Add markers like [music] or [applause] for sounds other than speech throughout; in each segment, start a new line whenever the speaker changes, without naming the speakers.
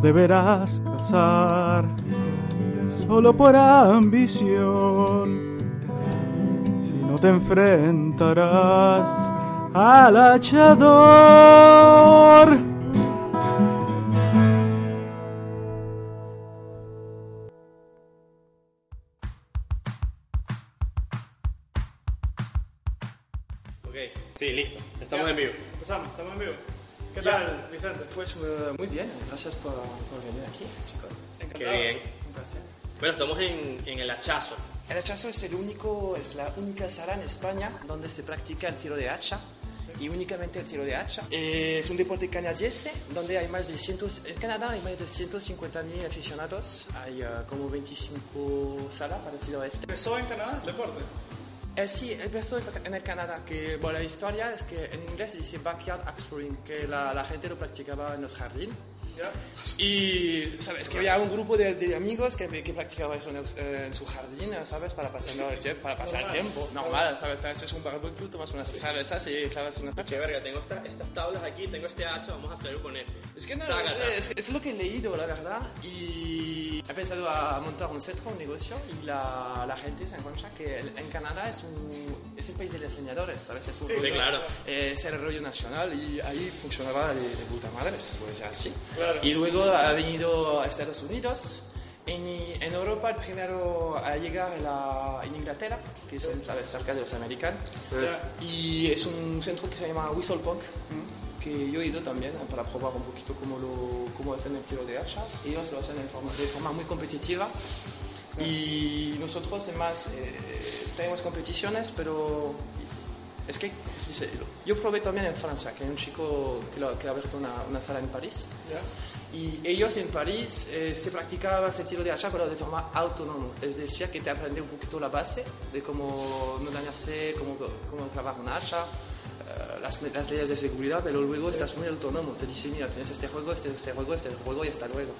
deberás casar solo por ambición. Si no te enfrentarás al hachador.
Ok, sí, listo. Estamos en vivo.
Empezamos, estamos en vivo. ¿Qué
Ya.
tal, Vicente?
Pues eh, muy bien, gracias por, por venir aquí, chicos.
Qué
Encantado.
bien.
Un placer.
Bueno, estamos en, en el hachazo.
El hachazo es, el único, es la única sala en España donde se practica el tiro de hacha y únicamente el tiro de hacha. Eh, es un deporte canadiense donde hay más de 100, en Canadá hay más de 150.000 aficionados, hay eh, como 25 salas parecidas a este.
Empezó en Canadá el deporte.
Eh, sí, empezó en el Canadá, que bueno, la historia es que en inglés se dice backyard axe throwing, que la, la gente lo practicaba en los jardines.
¿Ya?
Y, ¿sabes? Que había un grupo de, de amigos que, que practicaba eso en, el- eh, en su jardín, ¿sabes? Para pasar el, tie- para pasar el
Normal.
tiempo. Normal, ¿sabes? Haces un barbecue, tomas unas salsas y clavas unas
Qué
tachas.
verga, tengo esta- estas tablas aquí, tengo este hacha, vamos a hacerlo con ese.
Es que no,
Taca,
es,
taca.
es, es lo que he leído, la verdad. Y he pensado a montar un centro, un negocio, y la, la gente se encuentra que el- en Canadá es, un, es el país de los leñadores, ¿sabes? Es un
Sí,
rollo-
claro.
eh, es el rollo nacional y ahí funcionaba de, de puta madre, se puede decir así.
Claro.
Y luego ha venido a Estados Unidos. En, en Europa el primero a llegar la- en Inglaterra, que son, ¿sabes?, cerca de los americanos.
Ya.
Y es un centro que se llama Whistle Punk, que yo he ido también eh, para probar un poquito cómo, lo, cómo hacen el tiro de hacha. Ellos lo hacen en forma- de forma muy competitiva. Y nosotros, es más, eh, tenemos competiciones, pero es que sí, sí, lo- yo probé también en Francia, que hay un chico que, lo- que ha abierto una, una sala en París. Y ellos en París eh, se practicaba ese tiro de hacha, pero de forma autónoma. Es decir, que te aprende un poquito la base de cómo no dañarse, cómo, cómo clavar una hacha, eh, las, las leyes de seguridad, pero luego estás muy autónomo. Te dice, mira, tienes este juego, este, este juego, este juego y hasta luego.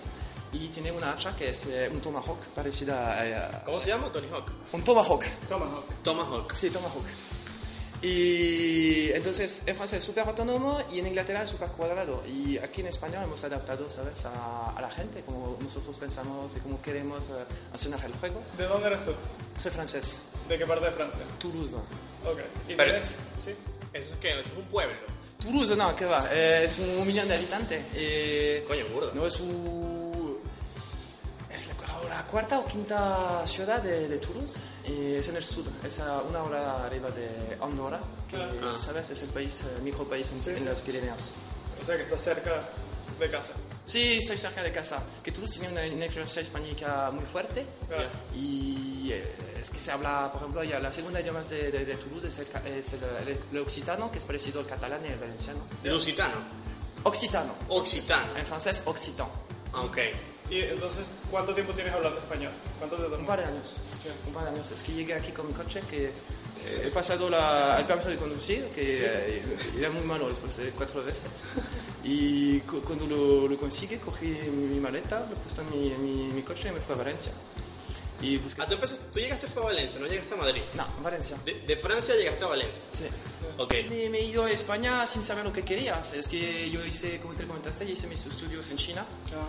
Y tiene una hacha que es eh, un tomahawk parecida a... a-
¿Cómo se llama? Tony Hawk.
un tomahawk.
Tomahawk.
Tomahawk.
Sí, Tomahawk. Y entonces en Francia es súper autónomo y en Inglaterra es súper cuadrado. Y aquí en España hemos adaptado, ¿sabes?, a, a la gente, como nosotros pensamos y como queremos eh, hacer el juego.
¿De dónde eres tú?
Soy francés,
¿De qué parte de Francia?
Toulouse.
Ok. ¿Y
Pero-
eres? Sí.
¿Eso es qué? Eso es un pueblo.
Toulouse, no, que va, eh, es un millón de habitantes. Eh,
Coño, burda.
no es un... Es la, cu- la cuarta o quinta ciudad de, de Toulouse. Y es en el sur, es a una hora arriba de Andorra, que,
Ah.
¿sabes?, es el país, el micropaís en,
Sí,
en
sí.
los Pirineos.
O sea que estás cerca de casa.
Sí, estoy cerca de casa. Que Toulouse tiene una, una influencia hispánica muy fuerte.
Claro.
Y eh, es que se habla, por ejemplo, ya la segunda idioma de, de, de Toulouse es, el, ca- es el- el- el occitano, que es parecido al catalán y al valenciano.
Lusitano.
Occitano.
Occitano.
En francés, occitan.
Ah, ok.
Y entonces, ¿cuánto tiempo tienes hablando español? ¿Cuánto te
Un
tomó?
par de años. Un par de años. Es que llegué aquí con mi coche que eh, he pasado la, el permiso de conducir, que eh, era muy malo, lo pasé cuatro veces. Y cu- cuando lo, lo conseguí, cogí mi maleta, lo puse en mi, en mi, mi coche y me fui a Valencia. Y busqué...
Ah, tú, empezaste- tú llegaste fue a Valencia, no llegaste a Madrid.
No, Valencia.
De, de Francia llegaste a Valencia.
Sí.
Ok.
Me, me he ido a España sin saber lo que quería. O sea, Es que yo hice, como te comentaste, yo hice mis estudios en China.
Ah,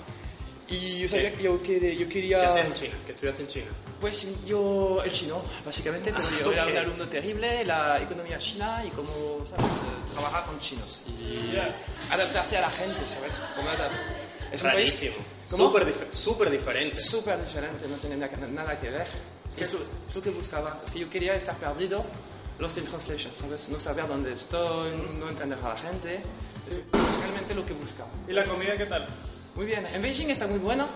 Y yo sabía que yo, quería- yo quería...
Eh. ¿Qué hacías en China? ¿Qué estudiaste en China?
Pues yo, el chino, básicamente, pero yo
Ah,
era
ok.
un alumno terrible, la economía china y cómo, ¿sabes? Eh, Trabajar con chinos y
Ya.
adaptarse a la gente, ¿sabes? Cómo adap- Es un país
Rarísimo.
¿Cómo?
Súper difer- súper diferente.
súper diferente, no tiene na- nada que ver. Eso, eso que buscaba, es que yo quería estar perdido, lost in translation, ¿sabes? No saber dónde estoy, no entender a la gente. Es, es realmente lo que buscaba.
¿Y la comida qué tal?
Muy bien, en Beijing está muy bueno,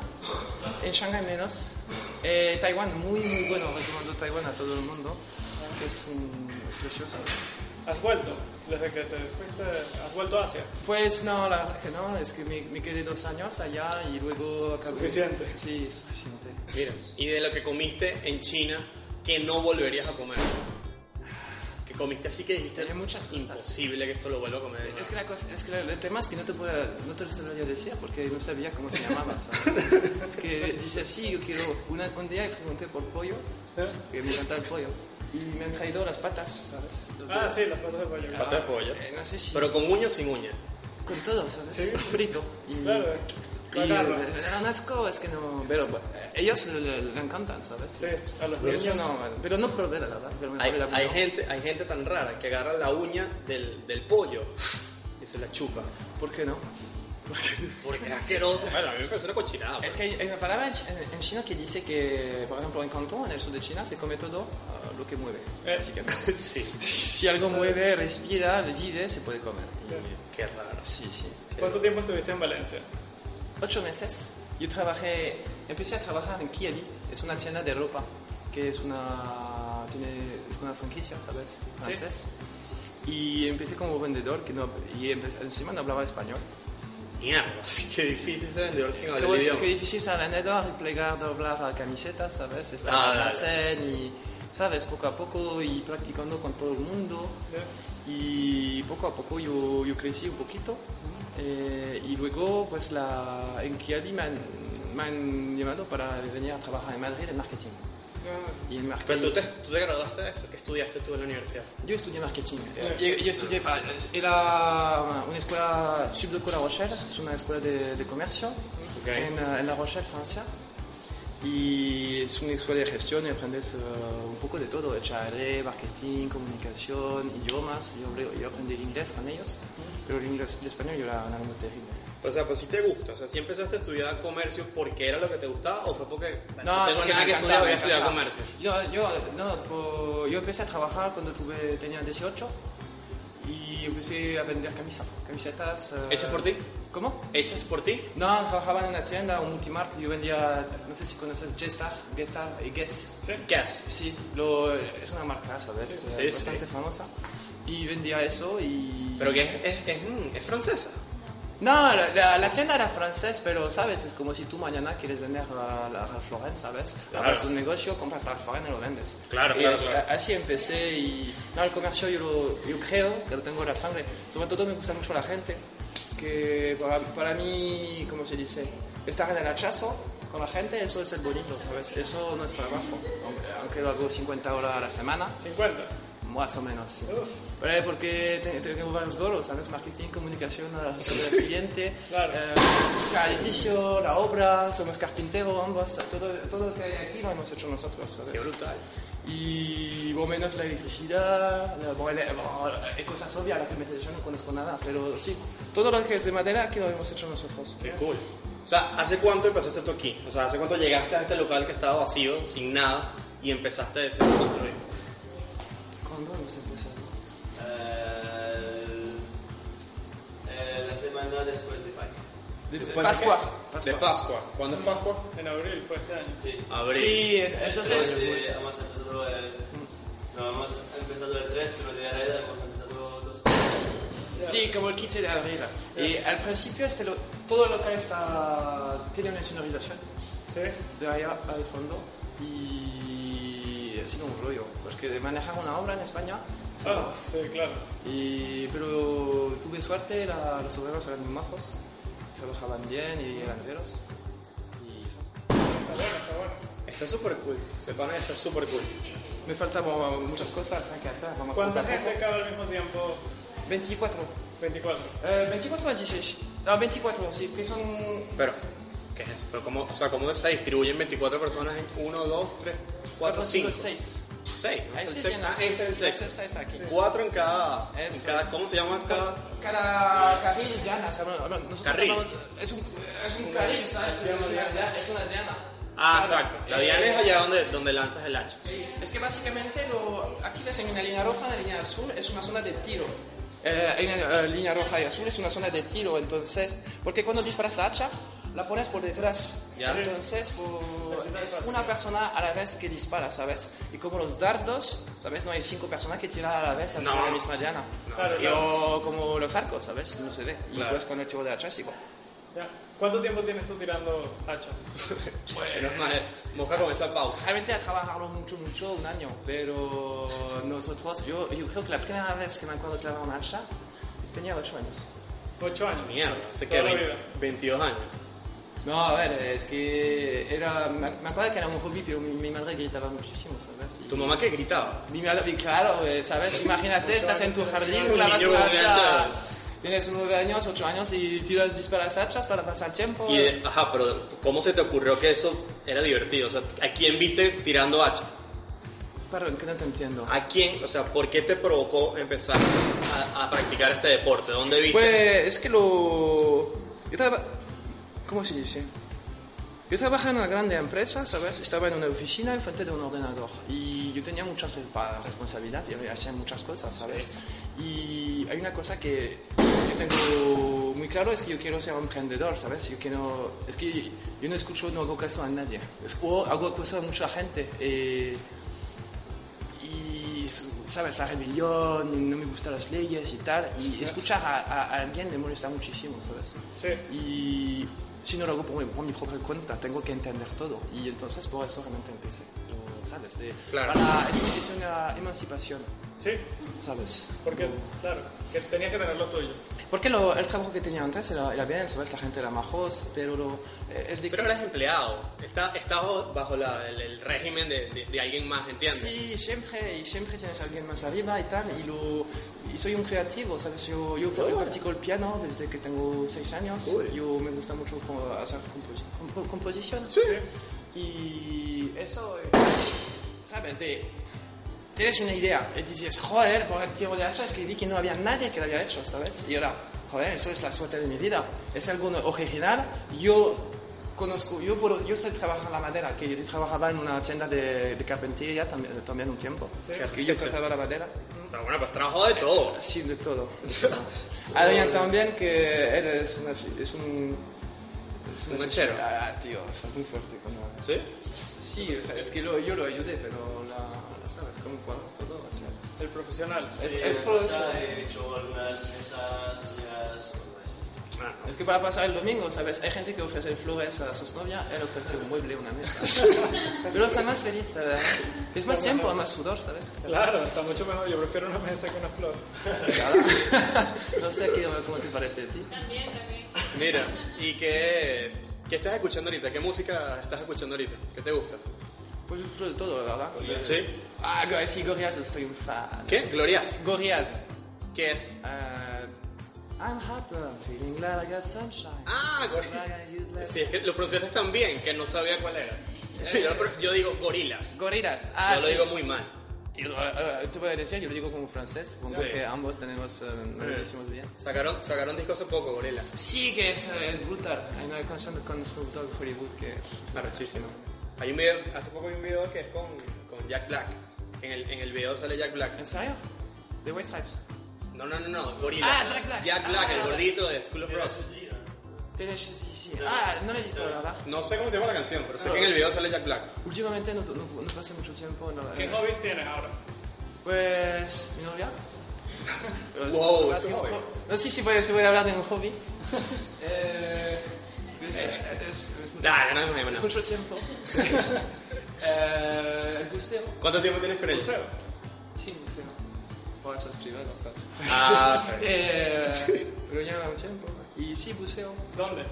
en Shanghai menos. Eh, Taiwán, muy, muy bueno, recomiendo Taiwán a todo el mundo, que es, un, es precioso.
¿Has vuelto? Desde que te fuiste, ¿has vuelto a Asia?
Pues no, la verdad que no, es que me, me quedé dos años allá y luego acabé.
Suficiente.
Sí, suficiente.
Mira, y de lo que comiste en China que no volverías a comer. Que comiste así que dijiste
Tenía muchas cosas.
imposible que esto lo vuelva a comer. de nuevo".
Es que, la cosa, es que la- el tema es que no te, puedo, no te lo sabría decir porque no sabía cómo se llamaba, ¿sabes? Es que dice, sí, yo quiero... Una, un día pregunté por pollo,
¿Eh?
que me encanta el pollo, y me han traído las patas, ¿sabes? Los
Ah,
dedos.
sí, las patas de pollo.
Pata de pollo.
Eh, no sé si...
Pero con uña o sin uña.
Con todo, ¿sabes?
Sí.
Frito. Y
Claro.
Y me
Claro.
dan asco, es que no. Pero bueno, ellos le, le- le encantan, ¿sabes?
Sí, a los
Yo
niños.
no, pero no probé la verdad. Pero me
Hay,
probé la
hay
uno.
gente, hay gente tan rara que agarra la uña del, del pollo y se la chupa.
¿Por qué no?
Porque es asqueroso. Bueno, a mí me parece una cochinada.
Es
pues.
que hay hay una palabra en Ch- en en China que dice que, por ejemplo, en Cantón, en el sur de China, se come todo ah, lo que mueve. [laughs]
Eh,
Así que
[laughs] sí.
si algo mueve, respira, vive, se puede comer.
Qué raro.
Sí, sí.
¿Cuánto tiempo estuviste en Valencia?
Ocho meses. Yo trabajé, empecé a trabajar en Kieli, es una tienda de ropa, que es una, tiene, es una franquicia, ¿sabes? Francés. Y empecé como vendedor, que no, y empe- encima no hablaba español.
Mierda. Qué difícil ser vendedor sin hablar
Qué,
el
bueno,
idioma.
qué difícil ser vendedor y plegar, doblar a camisetas, ¿sabes? Estar
Ah,
en
dale.
la almacén y, ¿sabes? Poco a poco y practicando con todo el mundo. Y poco a poco yo, yo crecí un poquito. Eh, y luego, pues la, en Kiali me han, me han llamado para venir a trabajar en Madrid en marketing.
Ah,
Y en marketing
Pero tú te, tú te graduaste de eso. ¿Qué estudiaste tú en la universidad?
Yo estudié marketing. Eh, Yo, yo estudié,
Ah,
enfin, era una escuela Sub de La Rochelle, es una escuela de, de comercio
Ok.
en, eh, en La Rochelle, Francia. Y es una escuela de gestión y aprendes eh, un poco de todo, HR, marketing, comunicación, idiomas. Yo, hablé- yo aprendí el inglés con ellos, pero el inglés y el español yo era un alumno terrible.
O sea, pues si te gusta. O sea, si empezaste a estudiar comercio porque era lo que te gustaba o fue porque
No,
tengo
porque
nada
me
que estudiar, voy
encantaba,
a
me
estudiar
encantaba.
comercio.
Yo, yo, no, po- yo empecé a trabajar cuando tuve, tenía 18 y empecé a vender camisas, camisetas. eh,
¿Hechas por ti?
¿Cómo?
¿Hechas por ti?
No, trabajaba en una tienda, un multimark, yo vendía, no sé si conoces Gestar, Gestar y Guess.
¿Sí?
¿Qué haces?
Sí, lo, es una marca, ¿sabes?
Sí,
Eh,
sí,
bastante
sí.
famosa. Y vendía eso y...
Pero que es, es, es, mm, es francesa.
No, la, la- la tienda era francés, pero, ¿sabes? Es como si tú mañana quieres vender a, la Ralph Lauren, ¿sabes?
Claro.
Abres un negocio, compras Ralph Lauren y lo vendes.
Claro,
Y
claro,
as-
claro.
a- Así empecé y... No, el comercio yo, lo- yo creo que lo tengo en la sangre. Sobre todo me gusta mucho la gente, que para, para mí, ¿cómo se dice? Estar en el hachazo con la gente, eso es el bonito, ¿sabes? Eso no es trabajo, aunque- aunque lo hago 50 horas a la semana.
50.
Más o menos, sí.
Uf.
Pero eh, porque te- tengo varios golos, ¿sabes? Marketing, comunicación,
[laughs]
la gestión del cliente,
Claro.
eh, buscar el edificio, la obra, somos carpinteros ambos, todo, todo lo que hay aquí lo hemos hecho nosotros,
Qué
¿sabes?
brutal.
Y bueno, menos la electricidad, la- eh, bueno, la- bueno, hay cosas obvias, la climatización no conozco nada, pero sí, todo lo que es de madera aquí lo hemos hecho nosotros.
Qué cool. O sea, ¿hace cuánto empezaste tú aquí? O sea, ¿hace cuánto llegaste a este local que estaba vacío, sin nada, y empezaste de cero a construir?
¿Cuándo hemos empezado? Eh,
la semana después de Pac.
Después de
Pascua.
De
Pascua.
Pascua. ¿Cuándo es Pascua?
En abril fue este año.
Sí.
Abril.
Sí, entonces...
Entonces, hemos empezado el. No, hemos empezado el 3, pero de realidad hemos empezado dos.
Sí, como el 15 de abril. Y al principio este lo- todo el local está, tiene una sonorización
¿Sí?
de allá al fondo y así como rollo, porque de manejar una obra en España, ¿sabes?
Ah, sí, claro.
Y- pero tuve suerte, la- los obreros eran muy majos, trabajaban bien y eran veros. Y eso.
Está bueno, está bueno.
Está súper cool. De pana está súper cool.
Me faltan bueno, muchas cosas que hacer, vamos
¿Cuánta
poco a poco.
gente cabe al mismo tiempo?
24.
24.
Eh, 24 o 26. No, 24, sí, que son...
Pero, ¿qué es eso? Pero cómo, o sea, ¿cómo se distribuyen 24 personas en 1, 2, 3, 4, 5, 6?
6. Ahí
Ahí
sí tiene la
está ah, este el
sexta,
6.
está, está aquí.
4 en cada, en
Eso
cada-
es.
¿Cómo se llama cada?
Cada carril llana, o sea, bueno, bueno, nosotros
Carril.
hablamos- es un, es un carril, ¿sabes? Es una llana. Es una llana.
Ah,
Claro.
exacto. La diana
Eh,
es allá donde, donde lanzas el hacha.
Sí, es que básicamente lo, aquí ves en una línea roja, en la línea azul, es una zona de tiro. Eh, en la eh, línea roja y azul es una zona de tiro, entonces, porque cuando disparas a hacha, la pones por detrás.
Ya.
Entonces, por- es una persona a la vez que dispara, ¿sabes? Y como los dardos, ¿sabes? No hay cinco personas que tiran a la vez hacia
No.
la misma llana.
Claro, claro.
Yo como los arcos, ¿sabes? No se ve. Y
Claro.
pues con el chivo de hacha es igual.
Ya. ¿Cuánto tiempo tienes tú tirando hacha?
Menos mal. Mosca con esa pausa.
Realmente a trabajarlo mucho, mucho, un año. Pero nosotros, yo, yo creo que la primera vez que me acuerdo clavar un hacha, tenía 8 años.
8
Ah,
años.
Mierda, se
Toda
queda
la
20
vida.
22 años.
No, a ver, es que era, me me acuerdo que era un hobby, pero mi, mi madre gritaba muchísimo, ¿sabes? Y-
Tu mamá que gritaba.
[laughs] mi madre, y claro, eh, ¿sabes? Imagínate, estás en tu jardín,
Un
clavas
niño
un
con un hacha.
hacha Tienes nueve años, ocho años y tiras disparas hachas para pasar tiempo.
Y, eh, ajá, pero ¿cómo se te ocurrió que eso era divertido? O sea, ¿a quién viste tirando hacha?
Perdón, que no te entiendo.
¿A quién? O sea, ¿por qué te provocó empezar a, a practicar este deporte? ¿Dónde viste?
Pues es que lo... Yo traba- ¿Cómo se dice? Yo trabajaba en una grande empresa, ¿sabes? Estaba en una oficina enfrente de un ordenador y yo tenía muchas re- pa- responsabilidades, yo hacía muchas cosas, ¿sabes? Y hay una cosa que yo tengo muy claro, es que yo quiero ser emprendedor, ¿sabes? Yo quiero... Es que yo no escucho, no hago caso a nadie. Es, o hago caso a mucha gente. eh, y su- sabes la rebelión no me gustan las leyes y tal y escuchar a, a- a alguien me molesta muchísimo sabes
Sí.
y si no lo hago por mi, por mi propia cuenta tengo que entender todo y entonces por eso realmente empecé Lo- sabes de
Claro.
para- es, es una emancipación
Sí,
sabes
porque, claro, que tenías que tener lo tuyo.
porque lo- el trabajo que tenía antes era, era bien sabes la gente era majos pero lo- eh, el de
Pero eres empleado, estás está bajo bajo la- el, el régimen de, de- de alguien más, ¿entiendes?
Sí, siempre, y siempre tienes a alguien más arriba y tal, y, lo, y soy un creativo, ¿sabes? Yo, yo practico el piano desde que tengo seis años,
Cool.
yo me gusta mucho co- hacer composi- compo- composición, y eso, eh, ¿sabes? De, tienes una idea, y dices, joder, por el tiro de hacha escribí que no había nadie que lo había hecho, ¿sabes? Y ahora, joder, eso es la suerte de mi vida, es algo no- original, yo conozco, yo, puedo- yo sé trabajar la madera, que yo trabajaba en una tienda de, de carpintería también, también un tiempo,
Sí.
que yo cortaba la madera.
Pero bueno, pues trabajo de todo.
[laughs] Sí, de todo. Alguien también que él es, una fi- es un... Es
Un mechero.
Ah, tío, está muy fuerte cuando...
¿Sí?
Sí, o sea, es que lo- yo lo ayudé, pero la, la sabes, como cuando todo, o sea,
El profesional.
el-
Sí,
el
o
proceso-
sea, he hecho algunas mesas, sillas, todo eso.
Ah,
Es que para pasar el domingo, ¿sabes? Hay gente que ofrece flores a sus novias, él ofrece un mueble, una mesa.
[laughs]
Pero está más feliz, ¿sabes? Es más tiempo, más sudor, ¿sabes?
Claro, está mucho mejor. Yo prefiero una mesa que una flor.
[laughs] No sé qué, cómo te parece a ti.
También, también.
Mira, ¿y qué, qué estás escuchando ahorita? ¿Qué música estás escuchando ahorita? ¿Qué te gusta?
Pues yo sufro de todo, ¿verdad?
¿Sí?
Ah, go- sí, Gorillaz, estoy un fan.
¿Qué? ¿Glorias?
Gorillaz.
¿Qué es?
Ah, I'm happy, I'm feeling glad I got sunshine.
Ah,
Glad
Glorias.
I used less-
Sí, es que lo pronunciaste tan bien que no sabía cuál era. Sí, yo, lo- yo digo gorilas.
Gorillaz. Ah,
Yo lo
sí.
digo muy mal.
Yo, eh, eh, te voy a decir, yo lo digo como francés, supongo
Sí.
que ambos tenemos, eh, nos
Sí.
decimos bien.
Sacaron, sacaron disco hace poco, gorila.
Sí, que es, eh, es brutal. Hay una canción con Snoop Dogg Hollywood que...
Arrechísimo. Hay un video, hace poco vi un video que es con, con Jack Black. En el, en el video sale Jack Black.
¿En serio? The West Types.
No, no, no, no, gorila.
Ah, Jack Black.
Jack Black,
Ah.
el gordito de School of
Era
Rock.
su día.
Delicious DC. Ah, no lo he visto, la verdad.
No sé cómo se llama la canción, pero sé que en el video sale Jack Black.
Últimamente no, no, no pasé mucho tiempo. No,
¿Qué
eh,
hobbies tienes ahora?
Pues...
[laughs]
¿Mi novia? Pero es-
Wow,
más
tu
que-
hobby.
No sé si voy, si voy a hablar de
[laughs]
un hobby. eh, es, es- es-
Eh. Dale, no, no, no,
es
no.
mucho tiempo.
[laughs]
eh, el buceo.
¿Cuánto tiempo tienes con él?
Buceo.
Sí, buceo. Por eso es privado, ¿sabes?
Ah, ok.
Eh, pero lleva un tiempo. Y sí, buceo.
¿Dónde?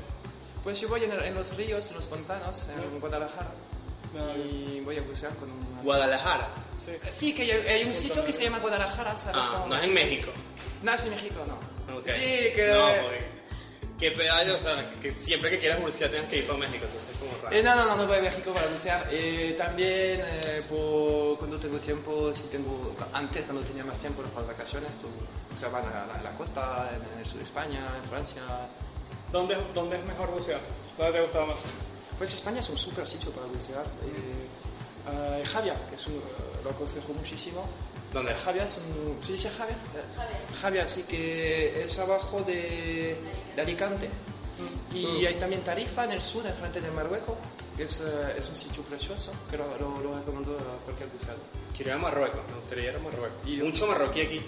Pues yo voy en, en los ríos, en los pantanos, en Guadalajara.
No,
Y voy a bucear con un...
Guadalajara.
sí.
Sí, que hay, hay un sitio que se llama Guadalajara, ¿sabes?
Ah,
Como-
no es en México.
No, es en México, no.
Ok.
Sí, que...
No, pues porque- Qué pedallo, o sea, que siempre que quieras Murcia tengas que ir para México, entonces es como raro.
Eh, no, no, no, no voy a México para bucear. Eh, también eh, por- cuando tengo tiempo, si tengo, antes cuando tenía más tiempo para las vacaciones, tú buceaba en la, la- la costa, en, el sur de España, en Francia.
¿Dónde, ¿Dónde es mejor bucear? ¿Dónde te gustaba más?
Pues España es un súper sitio para bucear. Eh, eh, Javier, que es un, lo aconsejo muchísimo.
¿Dónde es?
Javier es un... ¿Se dice Javier?
Javier.
Javier, sí, que es abajo de, de Alicante. Y hay también Tarifa en el sur, enfrente de Marruecos. que Es, eh, es un sitio precioso que lo, lo- lo recomiendo a cualquier buceador.
Quiero ir a Marruecos, me gustaría ir a Marruecos.
Y-
Mucho marroquí aquí.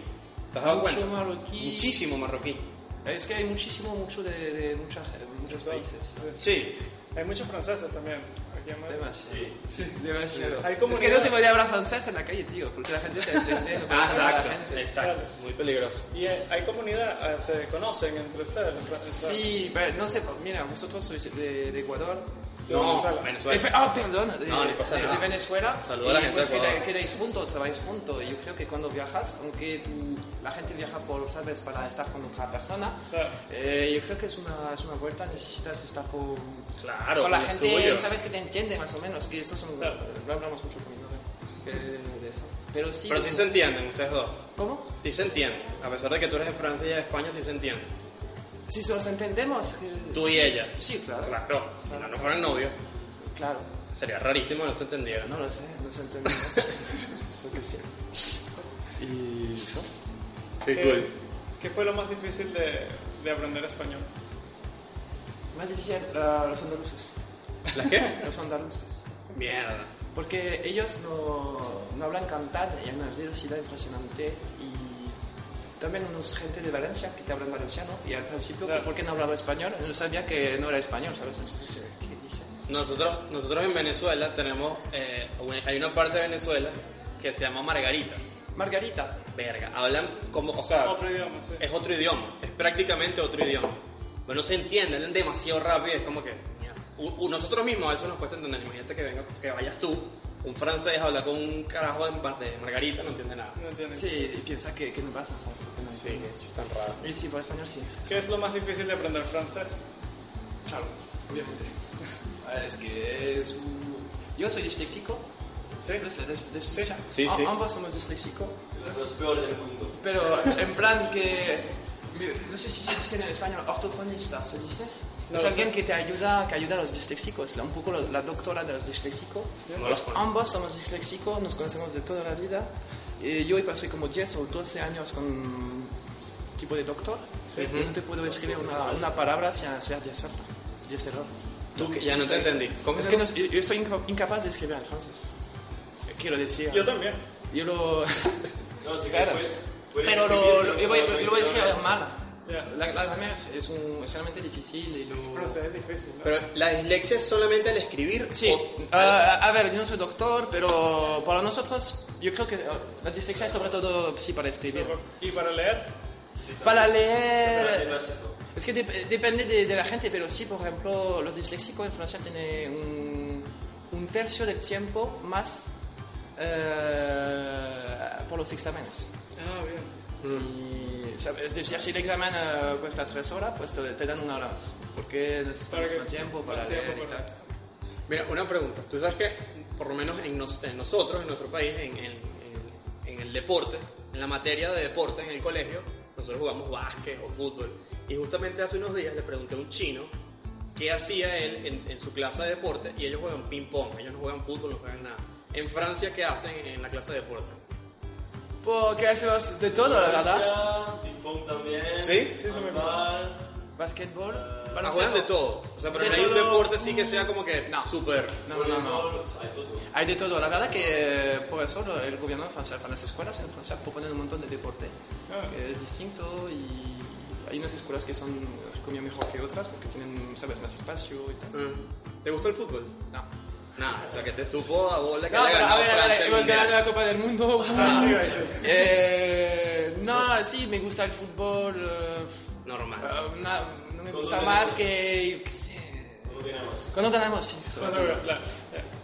¿Te has dado
Mucho
cuenta?
marroquí.
Ah, Muchísimo marroquí.
Es que hay muchísimo, mucho de, de mucha- de muchos países.
Sí,
Hay muchos franceses también. Aquí en Madrid.
Demasiado. Sí, demasiado.
Hay
Es que no
comunidad.
se podía hablar francés en la calle, tío, porque la gente te entiende.
[laughs]
no puede hablar a la
Ah, exacto,
gente.
exacto, muy peligroso.
Y eh, hay comunidad, eh, se conocen entre ustedes los franceses.
pues, Sí, pero no sé, mira, vosotros sois de, de Ecuador,
de
No,
Venezuela.
Venezuela.
Eh, Ah, perdón, de,
No, ni pasa
de-
nada.
de Venezuela.
Saluda a la
Y,
gente
pues,
de Ecuador.
queda- quedáis juntos, trabajáis juntos. Y yo creo que cuando viajas, aunque tú, la gente viaja por, ¿sabes?, para estar con otra persona,
Claro.
eh, yo creo que es una, es una vuelta, necesitas estar con,
Claro,
con la
como
gente,
tuyo.
¿sabes?, que te entiende más o menos. Y eso es un-
Claro.
lo hablamos mucho con mi novia, eh, de eso. Pero sí...
Pero sí se entienden ustedes dos.
¿Cómo?
Sí se entienden. A pesar de que tú eres de Francia y ella de España, sí se entienden.
Si nos entendemos... que-
Tú y
sí,
ella.
Sí, claro. Claro.
Claro, si no, no fueran novios, sería rarísimo que no se entendieran.
No lo sé, no se entendió.
[laughs]
Lo que sea. ¿Y eso?
Qué
¿Qué-
cool.
¿Qué fue lo más difícil de, de aprender español?
Más difícil, ah, los andaluces.
¿Las qué? [laughs]
Los andaluces.
Mierda.
Porque ellos no, no hablan cantar y hay una velocidad impresionante. Y también unos gente de Valencia que te hablan valenciano. Y al principio,
Claro.
porque no hablaba español, no sabía que no era español, ¿sabes? Entonces, eh, ¿qué dice?
Nosotros, nosotros en Venezuela tenemos, eh, un- hay una parte de Venezuela que se llama Margarita.
Margarita.
Verga, hablan como, o sea,
Otro idioma, sí.
es otro idioma, es prácticamente otro idioma. Pero no se entiende, hablan demasiado rápido, es como que, mierda. U- u- nosotros mismos a eso nos cuesta entender, imagínate que, venga, que vayas tú, un francés, a hablar con un carajo de, Mar- de Margarita, no entiende nada.
No entiendo.
Sí, y piensa que, que me pasa, ¿sabes? Porque no
Sí,
entiendo.
eso es tan raro.
Y sí, por español sí.
¿Qué es lo más difícil de aprender francés?
Claro, obviamente. A ver, es que es un... Yo soy disléxico.
Sí.
¿Sabes la dis- dislexia?
Sí, sí.
A- Ambos somos disléxicos.
de los peores del mundo.
Pero en plan que... No sé si se dice en español ortofonista, ¿se dice?
No
es
lo
alguien
sé.
que te ayuda, que ayuda a los disléxicos, la- un poco la, la doctora de los disléxicos.
No
Pues
la conozco.
ambos somos disléxicos, nos conocemos de toda la vida. Eh, yo pasé como 10 o 12 años con tipo de doctor.
Sí.
Y No te puedo escribir una, una palabra sin hacer 10 faltas, 10 errores.
Tú que ya no te entendí. ¿Cómo
Es que no- yo, yo soy inca- incapaz de escribir en francés. Quiero decir.
Yo también.
yo lo. [laughs]
No, sí,
Claro.
puedes- puedes
pero lo,
escribir,
lo- yo voy,
pero
lo- yo voy a escribir
no es-
mal.
Ya.
La, la gramática es, es un- es realmente difícil y lo.
Francés es difícil, ¿no?
Pero la dislexia es solamente al escribir.
Sí,
o-
ah, a ver, yo no soy doctor, pero para nosotros, yo creo que ah, la dislexia es sobre todo sí para escribir.
¿Y para leer?
Sí, claro.
Para
Pero es
leer.
básico.
Es que dep- depende de, de la gente, pero sí, por ejemplo, los disléxicos en Francia tienen un, un tercio del tiempo más eh, por los exámenes.
Ah, bien.
Mm.
Y, ¿sabes? es decir, si el examen eh, cuesta tres horas, pues te, te dan una hora más. Porque necesitamos
que-
más tiempo para
más
leer
tiempo
y
para-
tal.
Mira, una pregunta. Tú sabes que, por lo menos en, nos- en nosotros, en nuestro país, en, en- en- en el deporte, en la materia de deporte en el colegio, nosotros jugamos básquet o fútbol. Y justamente hace unos días le pregunté a un chino qué hacía él en, en su clase de deporte y ellos juegan ping-pong, ellos no juegan fútbol, no juegan nada. En Francia, ¿qué hacen en la clase de deporte?
Porque hacemos de todo, la verdad.
Francia, ping-pong también.
¿Sí?
Sí, también.
handball.
Básquetbol,
Ah,
baloncesto.
juegan de todo. O sea, pero
De
no hay un
todo.
deporte sí que sea como que
No.
súper.
No, no, no.
voleibol, hay todo.
Hay de todo. La verdad que eh, por eso lo- el gobierno de Francia, las escuelas en Francia proponen un montón de deporte
Ah.
que es distinto y hay unas escuelas que son, entre comillas, mejor que otras porque tienen, sabes, más espacio y tal.
Mm. ¿Te gusta el fútbol?
No.
Nada, o sea que te supo a bola que
No,
haya
pero a
ganado
ver, a
Francia
ver,
el
hemos ganado
Mundial.
la Copa del Mundo.
[laughs] Ah, Sí, ahí sí.
Eh, no, sí, me gusta el fútbol. eh,
Normal.
eh, no, no me
Cuando
gusta
ganamos.
más que. Yo qué sé.
No tenemos.
Cuando ganamos, sí. sobre
Bueno,
todo.
la- la-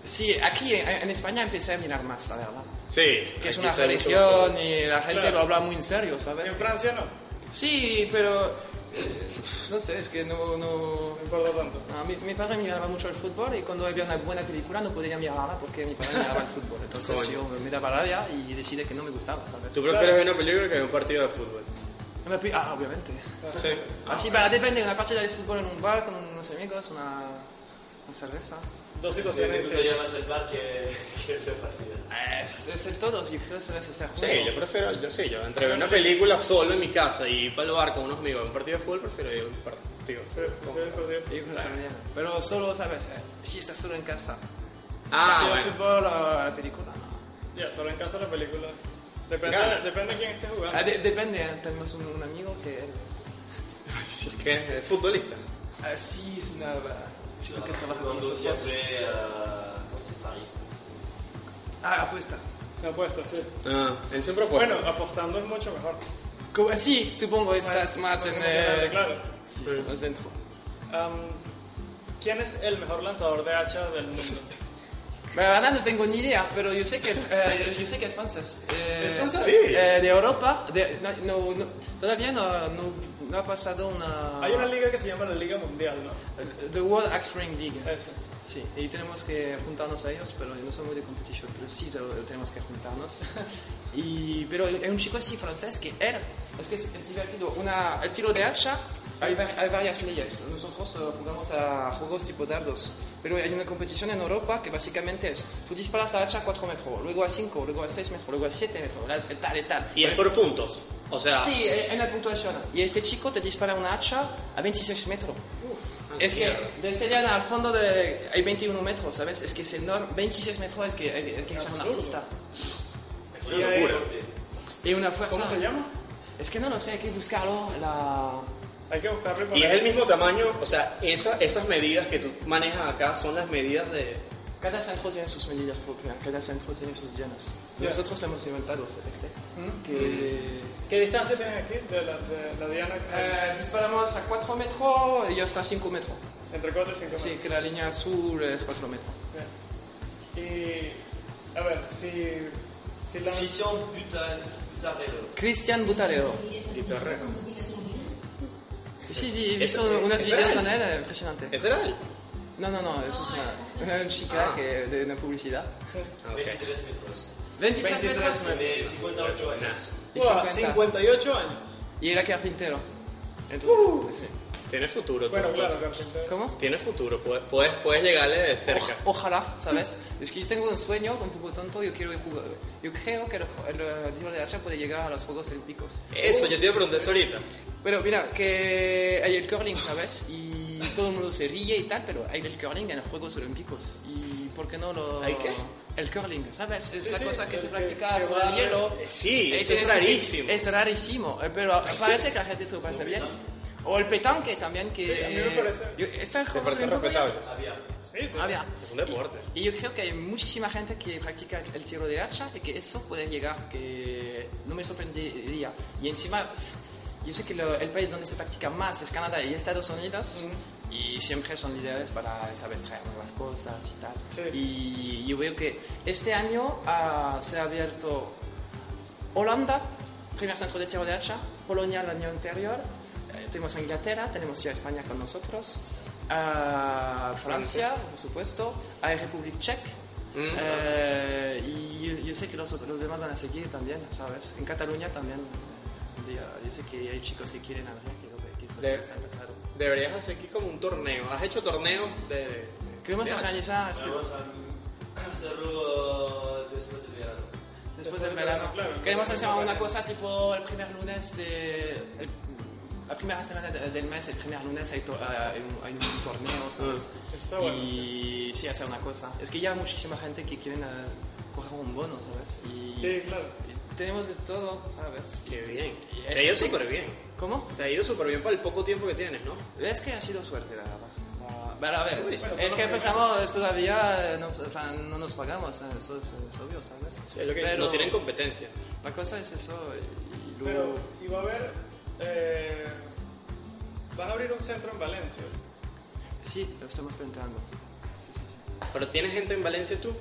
Sí, aquí en, en España empecé a mirar más, la verdad.
Sí.
Que es
aquí
una
se ve mucho
religión y la gente
Claro.
lo habla muy en serio, ¿sabes?
En Francia no,
Sí, pero. eh, no sé, es que no. no...
no importa tanto.
no, mi, mi padre miraba mucho el fútbol y cuando había una buena película no podía mirarla porque mi padre miraba el fútbol. Entonces
Coño.
yo me daba rabia y decidí que no me gustaba, ¿sabes?
¿Tú prefieres ver una película que ver un partido de fútbol?
No me pi- Ah, obviamente.
Sí.
Así para, depende, una partida de fútbol en un bar con unos amigos, una, una cerveza.
Dos este.
Me
situaciones
gustaría
distintas.
más el bar que [laughs] que la partida.
Es, es el todo, yo creo que se hacer
Sí,
juego.
yo prefiero, yo sí, yo entre ver una película solo en mi casa y ir para el bar con unos amigos a ver un partido de fútbol, prefiero ir a un partido de
Pero-
fútbol.
pero- pero-
Yo creo que también. Pero solo, ¿sabes? Eh, Si estás solo en casa.
Ah,
si el
bueno.
fútbol o la película, no.
Ya, solo en casa la película. Depende,
Claro.
depende de quién esté jugando.
Ah, de- depende, ¿eh? tenemos un, un amigo que él.
¿Qué? [laughs] ¿Es futbolista?
Ah, sí, es una. Yo creo que trabaja con
Cuando
nosotros.
siempre a. ¿Cómo se llama?
Ah, apuesta.
Apuestas, sí.
Ah, él siempre fue.
Bueno, apostando es mucho mejor.
Como- Sí, supongo estás más,
más
en.
emocionante,
eh,
claro.
Sí,
Sí.
estamos dentro.
Am, ¿Quién es el mejor lanzador de hacha del [laughs] mundo?
Bueno, la verdad no tengo ni idea, pero yo sé que, eh, yo sé que es francés. Eh,
¿Es francés?
Sí.
eh, de Europa, de- no, no- no- todavía no, no- no ha pasado una...
Hay una liga que se llama la Liga Mundial, ¿no?
The World Axe Throwing League.
Eso.
Sí, y tenemos que juntarnos a ellos, pero no somos de competición, pero sí te- tenemos que juntarnos. [laughs] Y, pero hay un chico así francés que él, es que es, es divertido, una, el tiro de hacha, hay, va- hay varias leyes. Nosotros eh, jugamos a juegos tipo dardos, pero hay una competición en Europa que básicamente es, tú disparas a hacha a 4 metros, luego a 5, luego a 6 metros, luego a 7 metros, la- tal y tal.
Y es por puntos. O sea,
Sí, en la puntuación. Y este chico te dispara una hacha a 26 metros.
ah,
Es que desde allá al fondo de, hay 21 metros, ¿sabes? Es que es enorme. 26 metros es que hay, hay que ser un
Absurdo.
artista.
Y
Una
hay-
locura.
Y una fuerza.
¿Cómo se llama?
Es que no lo sé, hay que buscarlo. La...
Hay que buscarlo y
y
ponerlo.
es el mismo tamaño, o sea, esa- esas medidas que tú manejas acá son las medidas de...
Cada centro tiene sus medidas propias, cada centro tiene sus dianas.
Ya.
Nosotros hemos inventado este.
¿Mm?
Que
¿Qué distancia tienes aquí de la, de la diana?
eh, disparamos a 4 metros y hasta 5 metros.
Entre 4 y 5 metros.
Sí, que la línea azul es 4 metros.
Bien. Y, a ver, si, si la...
Christian Puta- Putarello.
Cristian Butareo. Sí, vi, vi
Ese-
son unas
ese
videos
era
con él, eh, impresionante.
¿Ese era él?
No, no, no, eso es una, una chica
Ah.
que, de una publicidad.
Ok.
23 metros.
23,
23
metros.
metros.
De 58 años.
Y
Uah,
50.
58 años.
Y era carpintero. Entonces, pues, sí.
Tiene futuro. tú,
Bueno, claro,
entonces.
carpintero.
¿Cómo?
Tiene futuro, puedes, puedes, puedes llegarle de cerca.
O- ojalá, ¿sabes? Es que yo tengo un sueño un poco tonto, yo quiero jugar. Yo creo que el, ju- el, eh, tiro de hacha puede llegar a los Juegos Olímpicos.
Eso, yo te iba a preguntar eso ahorita.
Pero mira, que hay el curling, ¿sabes? Y todo el mundo se ríe y tal, pero hay el curling en los Juegos Olímpicos. ¿Y por qué no lo...?
¿Hay qué?
El curling, ¿sabes? Es
Sí,
la
sí,
cosa que
el
se
que-
practica
que
sobre el
va-
hielo.
Eh, Sí, eso
Eh,
es
tienes que-
rarísimo.
Es rarísimo, eh, pero parece que la gente se lo pasa bien. O el petanque también, que...
Sí, a mí me parece-
Yo- está el
Me
juego
parece
olímpico ya.
respetable.
Había.
Sí, pues.
Ah, bien.
Es un deporte.
Y yo creo que hay muchísima gente que practica el- el tiro de hacha y que eso puede llegar, que no me sorprendería. Y encima, s- yo sé que lo- el país donde se practica más es Canadá y Estados Unidos. Y siempre son líderes para, sabes, traer nuevas cosas y tal.
Sí.
Y yo veo que este año ah, se ha abierto Holanda, primer centro de tiro de hacha, Polonia el año anterior, eh, tenemos a Inglaterra, tenemos ya España con nosotros, a Francia, por supuesto, a República Checa.
Mm.
eh, y yo, yo sé que los, otros- los demás van a seguir también, ¿sabes? En Cataluña también. un día, yo sé que hay chicos que quieren hablar, que, lo- que esto
De-
está pasando.
Deberías hacer aquí como un torneo. ¿Has hecho torneos de...? de-
Queremos
de-
organizar es que-
Vamos a hacerlo después del verano.
después
Después
del
del
verano.
verano, claro.
Queremos hacer
Claro.
una cosa tipo el primer lunes de... el- la primera semana de- del mes, el primer lunes hay, to- hay un, hay un torneo, ¿sabes?
Ah, Está bueno.
Y sí, hacer una cosa. Es que ya hay muchísima gente que quiere eh, coger un bono, ¿sabes? Y,
Sí, claro.
y tenemos de todo, ¿sabes?
Qué bien.
Y-
Te ha ido súper bien.
¿Cómo?
Te ha ido súper bien para el poco tiempo que tienes, ¿no?
Es que ha sido suerte, la verdad. Ah, Pero a ver,
Bueno,
es
somos
que
primeros.
empezamos todavía, eh, no, o sea, no nos pagamos, eh, eso es, es obvio, ¿sabes?
Es lo que
Pero
no tienen competencia.
La cosa es eso y, y
Pero,
luego...
y va a haber... Eh, van a abrir un centro en Valencia.
Sí, lo estamos planteando. Sí, sí, sí.
Pero tienes gente en Valencia tú.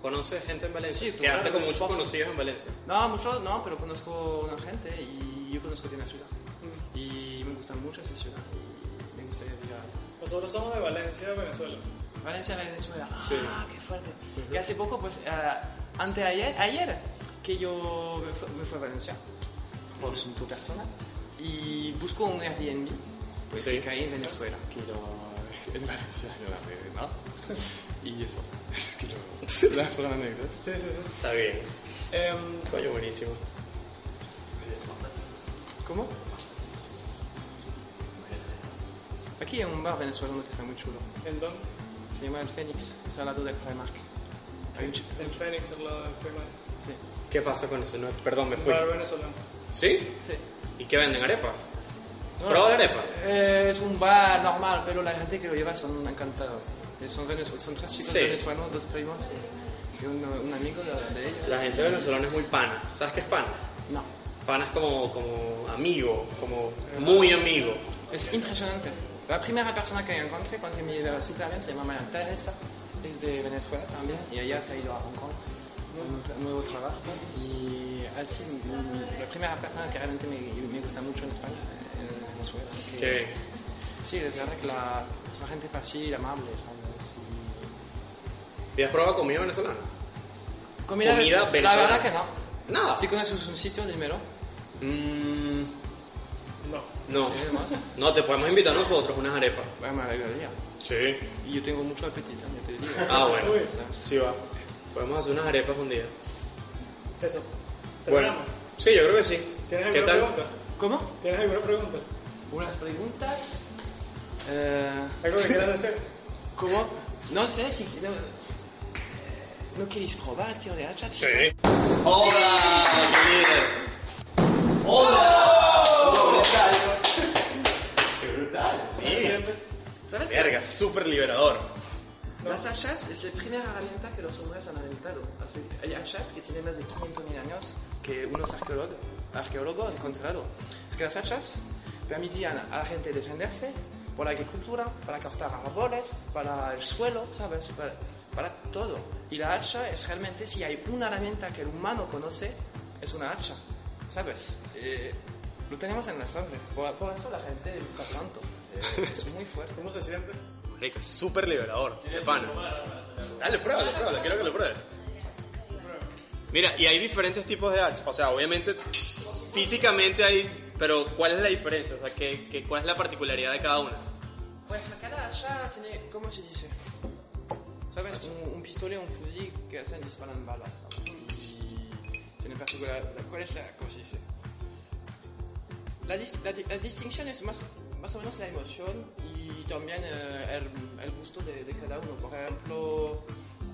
¿Conoces gente en Valencia?
Sí,
Quedaste
claro,
con muchos
paso.
conocidos en Valencia.
No, mucho no, pero conozco una gente y yo conozco bien la ciudad.
Mm.
Y me gusta mucho esa ciudad y me gustaría vivir ahí.
Nosotros somos de Valencia, Venezuela.
Valencia, Venezuela. Ah,
Sí.
qué fuerte. Y hace poco, pues, antes ayer, ayer, que yo me, fu- me fui a Valencia por su tu persona y busco un Airbnb pues,
Sí.
que caí en Venezuela, que
[laughs]
lo... en Valencia no la veo, ¿no?
[laughs]
Y eso, es que lo... la son anécdotas.
Sí, sí, sí.
Está bien.
Em,
Coño, buenísimo.
¿Cómo? Aquí hay un bar venezolano que está muy chulo.
¿En dónde?
Se llama El Fénix. Está al lado del Primark. Hay un chi-
En Phoenix, al lado del Fremont.
Sí,
¿Qué pasa con eso? No, perdón, me
Un
fui.
bar venezolano.
¿Sí?
sí.
¿Y qué venden? ¿Arepa?
No,
¿Probó la
es-
arepa?
eh, es un bar normal, pero la gente que lo lleva son encantados. Eh, Son, venezol- son tres chicos
Sí.
venezolanos, dos primos y, y un, un amigo de, de ellos.
La gente venezolana es muy pana. ¿Sabes qué es pana?
No.
Ah, Pana es como, como amigo, como muy amigo.
Es impresionante. La primera persona que encontré cuando me iba súper bien se llama María Teresa, es de Venezuela también, y ella se ha ido a Hong Kong en un tra- nuevo trabajo. Y así, mm, la primera persona que realmente me, me gusta mucho en España, en Venezuela. que-
Que
Sí, es verdad que la, es una gente fácil, amable, ¿sabes? Y-
habías probado comida venezolana.
Comida,
Comida
La
venezolana. Ah.
verdad que no.
Nada.
Si conoces un sitio, dímelo.
Mm,
No.
no.
Sí, además. [laughs]
No, te podemos invitar nosotros unas arepas.
Bueno, me alegraría.
Sí.
Y yo tengo mucho apetito, yo te digo.
Ah, bueno.
Uy,
¿Sabes?
Sí va. Podemos hacer unas arepas un día.
Eso.
Bueno.
Terminamos.
Sí, yo creo que sí.
¿Tienes
¿Qué
alguna
tal?
pregunta?
¿Cómo?
¿Tienes alguna pregunta?
Unas preguntas. Eh,
¿Algo que quieras hacer?
¿Cómo? No sé si. No, eh, ¿no queréis probar, tío de hacha?
Sí.
chicos?
Hola, mi líder. Hola.
¿Sabes?
Sí.
qué?
Verga, súper liberador.
Las hachas es la primera herramienta que los hombres han inventado. Así, hay hachas que tienen más de 500.000 años que unos arqueólogos, arqueólogos han encontrado. Es que las hachas permitían a la gente defenderse por la agricultura, para cortar árboles, para el suelo, ¿sabes? Para, para todo. Y la hacha es realmente, si hay una herramienta que el humano conoce, es una hacha, ¿sabes? Eh, lo tenemos en la sangre. Por, por eso la gente le gusta tanto. Eh, es muy fuerte.
¿Cómo se siente?
Rico, súper liberador. de pana. Dale, pruébalo, pruébalo. Quiero que lo pruebes. Mira, y hay diferentes tipos de hachas. O sea, obviamente, físicamente hay... Pero, ¿cuál es la diferencia? O sea, ¿qué, qué, cuál es la particularidad de cada una?
Pues cada hacha tiene, ¿cómo se dice? ¿Sabes? Un, un pistolet, un fusil que hacen disparan balas. ¿sabes? Y tiene particular. ¿Cuál es la, cómo se dice? La, dis- la di- la distinción es más, más o menos la emoción y también eh, el, el gusto de, de cada uno. Por ejemplo,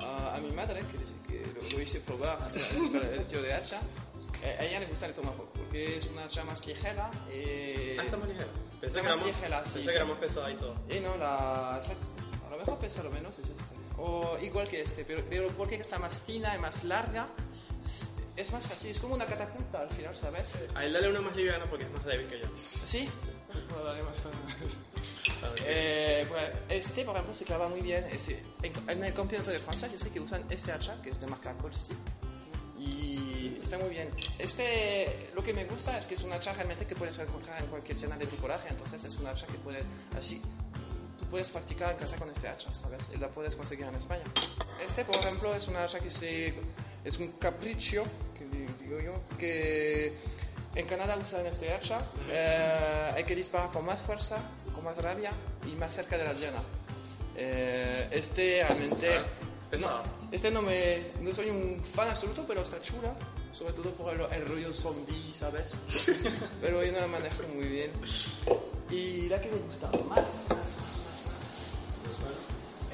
a- a mi madre, que, dice que lo, lo hice probar ¿sabes? para el tiro de hacha, eh, a ella le gusta el tomahawk porque es una hacha más ligera. Y...
Ah, está más ligera. Pensé
Está
que
más
era más,
ligera, sí,
pensé
sí.
que era más pesada y todo.
Y Eh, no, la. esa- A lo mejor pesa lo menos es este. O igual que este, pero, pero porque está más fina y más larga, es es más fácil. Es como una catapulta al final, ¿sabes?
A él dale una más liviana porque es más débil que yo.
Sí. Bueno, vale, más fácil. [laughs] Eh, bueno, este, por ejemplo, se clava muy bien. Ese- en, en el campeonato de Francia, yo sé que usan este hacha, que es de marca Cold Steel. Y está muy bien. Este, lo que me gusta es que es un hacha realmente que puedes encontrar en cualquier tienda de bricolaje. Entonces, es un hacha que puedes, así, tú puedes practicar en casa con este hacha, ¿sabes? Y la puedes conseguir en España. Este, por ejemplo, es un hacha que se, es un capricho, que di- digo yo, que en Canadá usan este hacha. Eh, hay que disparar con más fuerza, con más rabia y más cerca de la diana. Eh, este realmente...
Ah, pesado.
No, este no me... No soy un fan absoluto, pero está chula. Sobre todo por el, el rollo zombie, ¿sabes? pero yo no la manejo muy bien. Y la que me gusta más, más, más, más, más,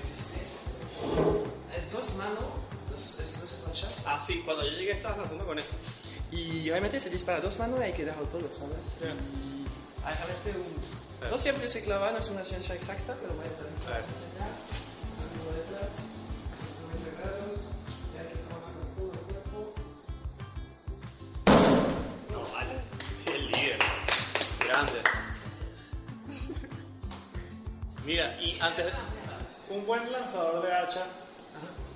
es este. Es dos manos, dos, es dos flechas.
Ah, sí, cuando yo llegué estabas lanzando con eso.
Y realmente se dispara dos manos y hay que darlo todo, ¿sabes?
Claro.
Y hay realmente un...
Claro.
No siempre se clava, no es una ciencia exacta, pero voy a intentar
Claro.
enseñar. Son vueltas, son grados, y hay que trabajar con todo el cuerpo.
No, vale. El líder. Grande. Mira, y antes...
Un buen lanzador de hacha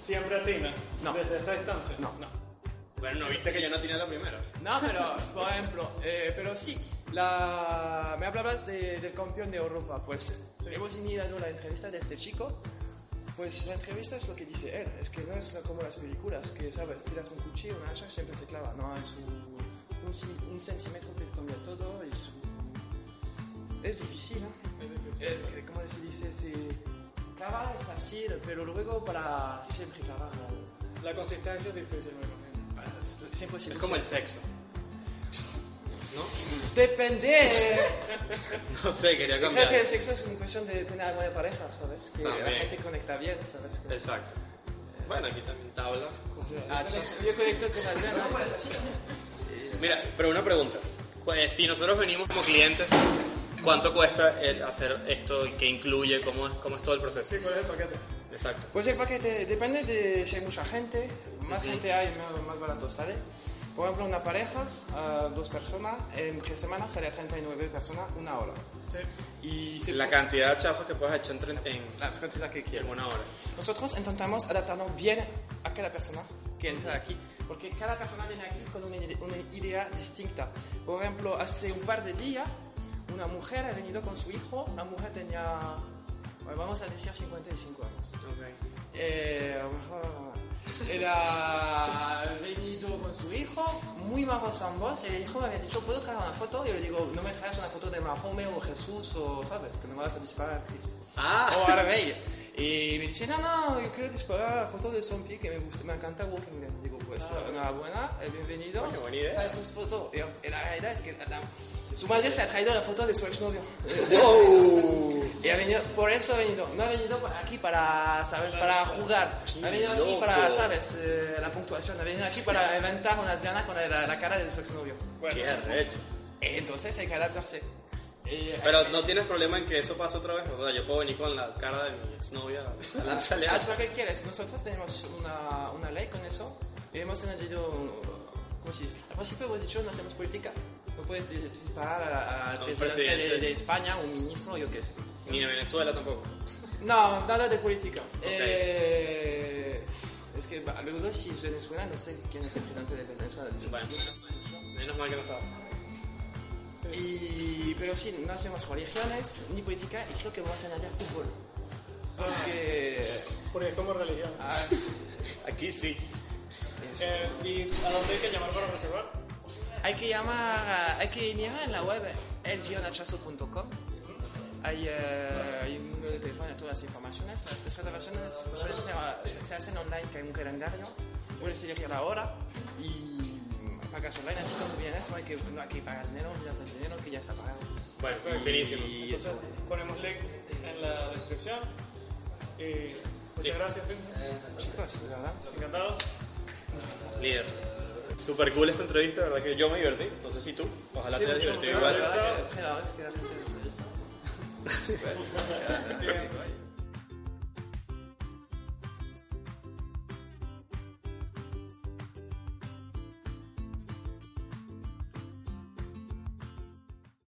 siempre atina.
No.
Desde esta distancia.
No.
Bueno, ¿no viste que yo no tenía la primera?
No, pero, por ejemplo, eh, pero sí, la... me hablabas de- del campeón de Europa, pues hemos mirado la entrevista de este chico, pues la entrevista es lo que dice él, es que no es como las películas, que sabes, tiras un cuchillo, una hacha, siempre se clava, no, es un, un, ci- un centímetro que cambia todo, y es, un- es difícil, ¿eh? Es que, como se dice, se clavar es fácil, pero luego para siempre clavar, ¿no?
La consistencia es difícil, me imagino.
Para- es, es imposible.
Es como el sexo.
Depende.
No sé, quería
Creo
cambiar.
que el sexo es una cuestión de tener buena pareja, ¿sabes? Que la
También.
gente conecta bien, ¿sabes? Que-
Exacto. Bueno, aquí también tabla.
Yo
Hacha.
conecto- Yo conecto con la Jana.
Mira, pero una pregunta. Cu- eh, Si nosotros venimos como clientes, ¿cuánto cuesta el hacer esto? ¿Qué incluye? ¿Cómo es, cómo es todo el proceso?
Sí, ¿cuál es el paquete?
Exacto.
Pues el paquete depende de si hay mucha gente, más gente hay, más, más barato sale. Por ejemplo, una pareja, eh, dos personas, entre semana sale a 39 personas una hora. Y se
La cantidad de hachazos que puedes echar en, tre- en,
la cantidad que
en
quieran.
una hora.
Nosotros intentamos adaptarnos bien a cada persona que entra aquí, porque cada persona viene aquí con una, ide- una idea distinta. Por ejemplo, hace un par de días, una mujer ha venido con su hijo, la mujer tenía, bueno, vamos a decir, 55 años. Eh, era venido con su hijo, muy majos ambos, y el hijo me había dicho, ¿puedo traer una foto? Y yo le digo, no me traes una foto de Mahome o Jesús o, ¿sabes? Que no me vas a disparar, Cristo
Ah,
o Arbey. Oh, Y me dice, no, no, yo quiero disparar fotos de zombie que me gusta, me encanta Walking Dead. Digo, pues enhorabuena, eh, bienvenido.
Coño, buena idea.
Trae tus fotos. Y, y la realidad es que la- su madre se ha traído la foto de su exnovio.
wow.
[laughs] Y ha venido, por eso ha venido. No ha venido pa- aquí para, ¿sabes? Para jugar.
Qué
Ha venido aquí para,
loco.
¿sabes? Eh, la puntuación. Ha venido aquí para inventar una diana con la, la cara de su exnovio.
Bueno,
Qué arrecho.
Entonces hay que adaptarse. Eh, Y-
Pero no tienes problema en que eso pase otra vez. O sea, yo puedo venir con la cara de mi exnovia a lanzarle
Haz
hachas.
lo que Pues, quieres. Nosotros tenemos una, una ley con eso y hemos añadido. uh, ¿Cómo se dice? Al principio hemos dicho no hacemos política. No puedes dis- disparar a- a- al
A un
presidente, de-
presidente.
De, España, un ministro, yo qué sé.
Ni de Venezuela tampoco.
No, nada de política.
Ok.
Eh, es que bah, luego si es Venezuela, no sé quién es el presidente de Venezuela. de su-
Bueno, menos mal que no estaba.
Y, pero sí, no hacemos religiones ni política y creo que vamos a añadir fútbol. Porque.
porque es como religión.
ah,
Aquí sí.
es-
Eh, ¿Y a dónde hay que llamar para reservar?
Hay que llamar, a- hay que mirar en la web el-hachazo.com. Hay, eh, hay un número de teléfono de todas las informaciones. Las reservaciones suelen ser, se, se hacen online, que hay un calendario. Puedes elegir la hora y pagas online. Así como vienes, no hay que, no hay que pagar dinero, miras el dinero que ya está pagado.
Bueno, buenísimo.
Y eso.
Ponemos link en la descripción. Y muchas
Sí.
gracias, Vincent.
Chicos, de verdad.
Encantados.
Líder. Super cool esta entrevista, la verdad que yo me divertí. No sé si tú. Ojalá
Sí,
te hayas
mucho,
divertido
mucho, la
igual.
verdad que- que la verdad es que la gente-
Bien.
Ay.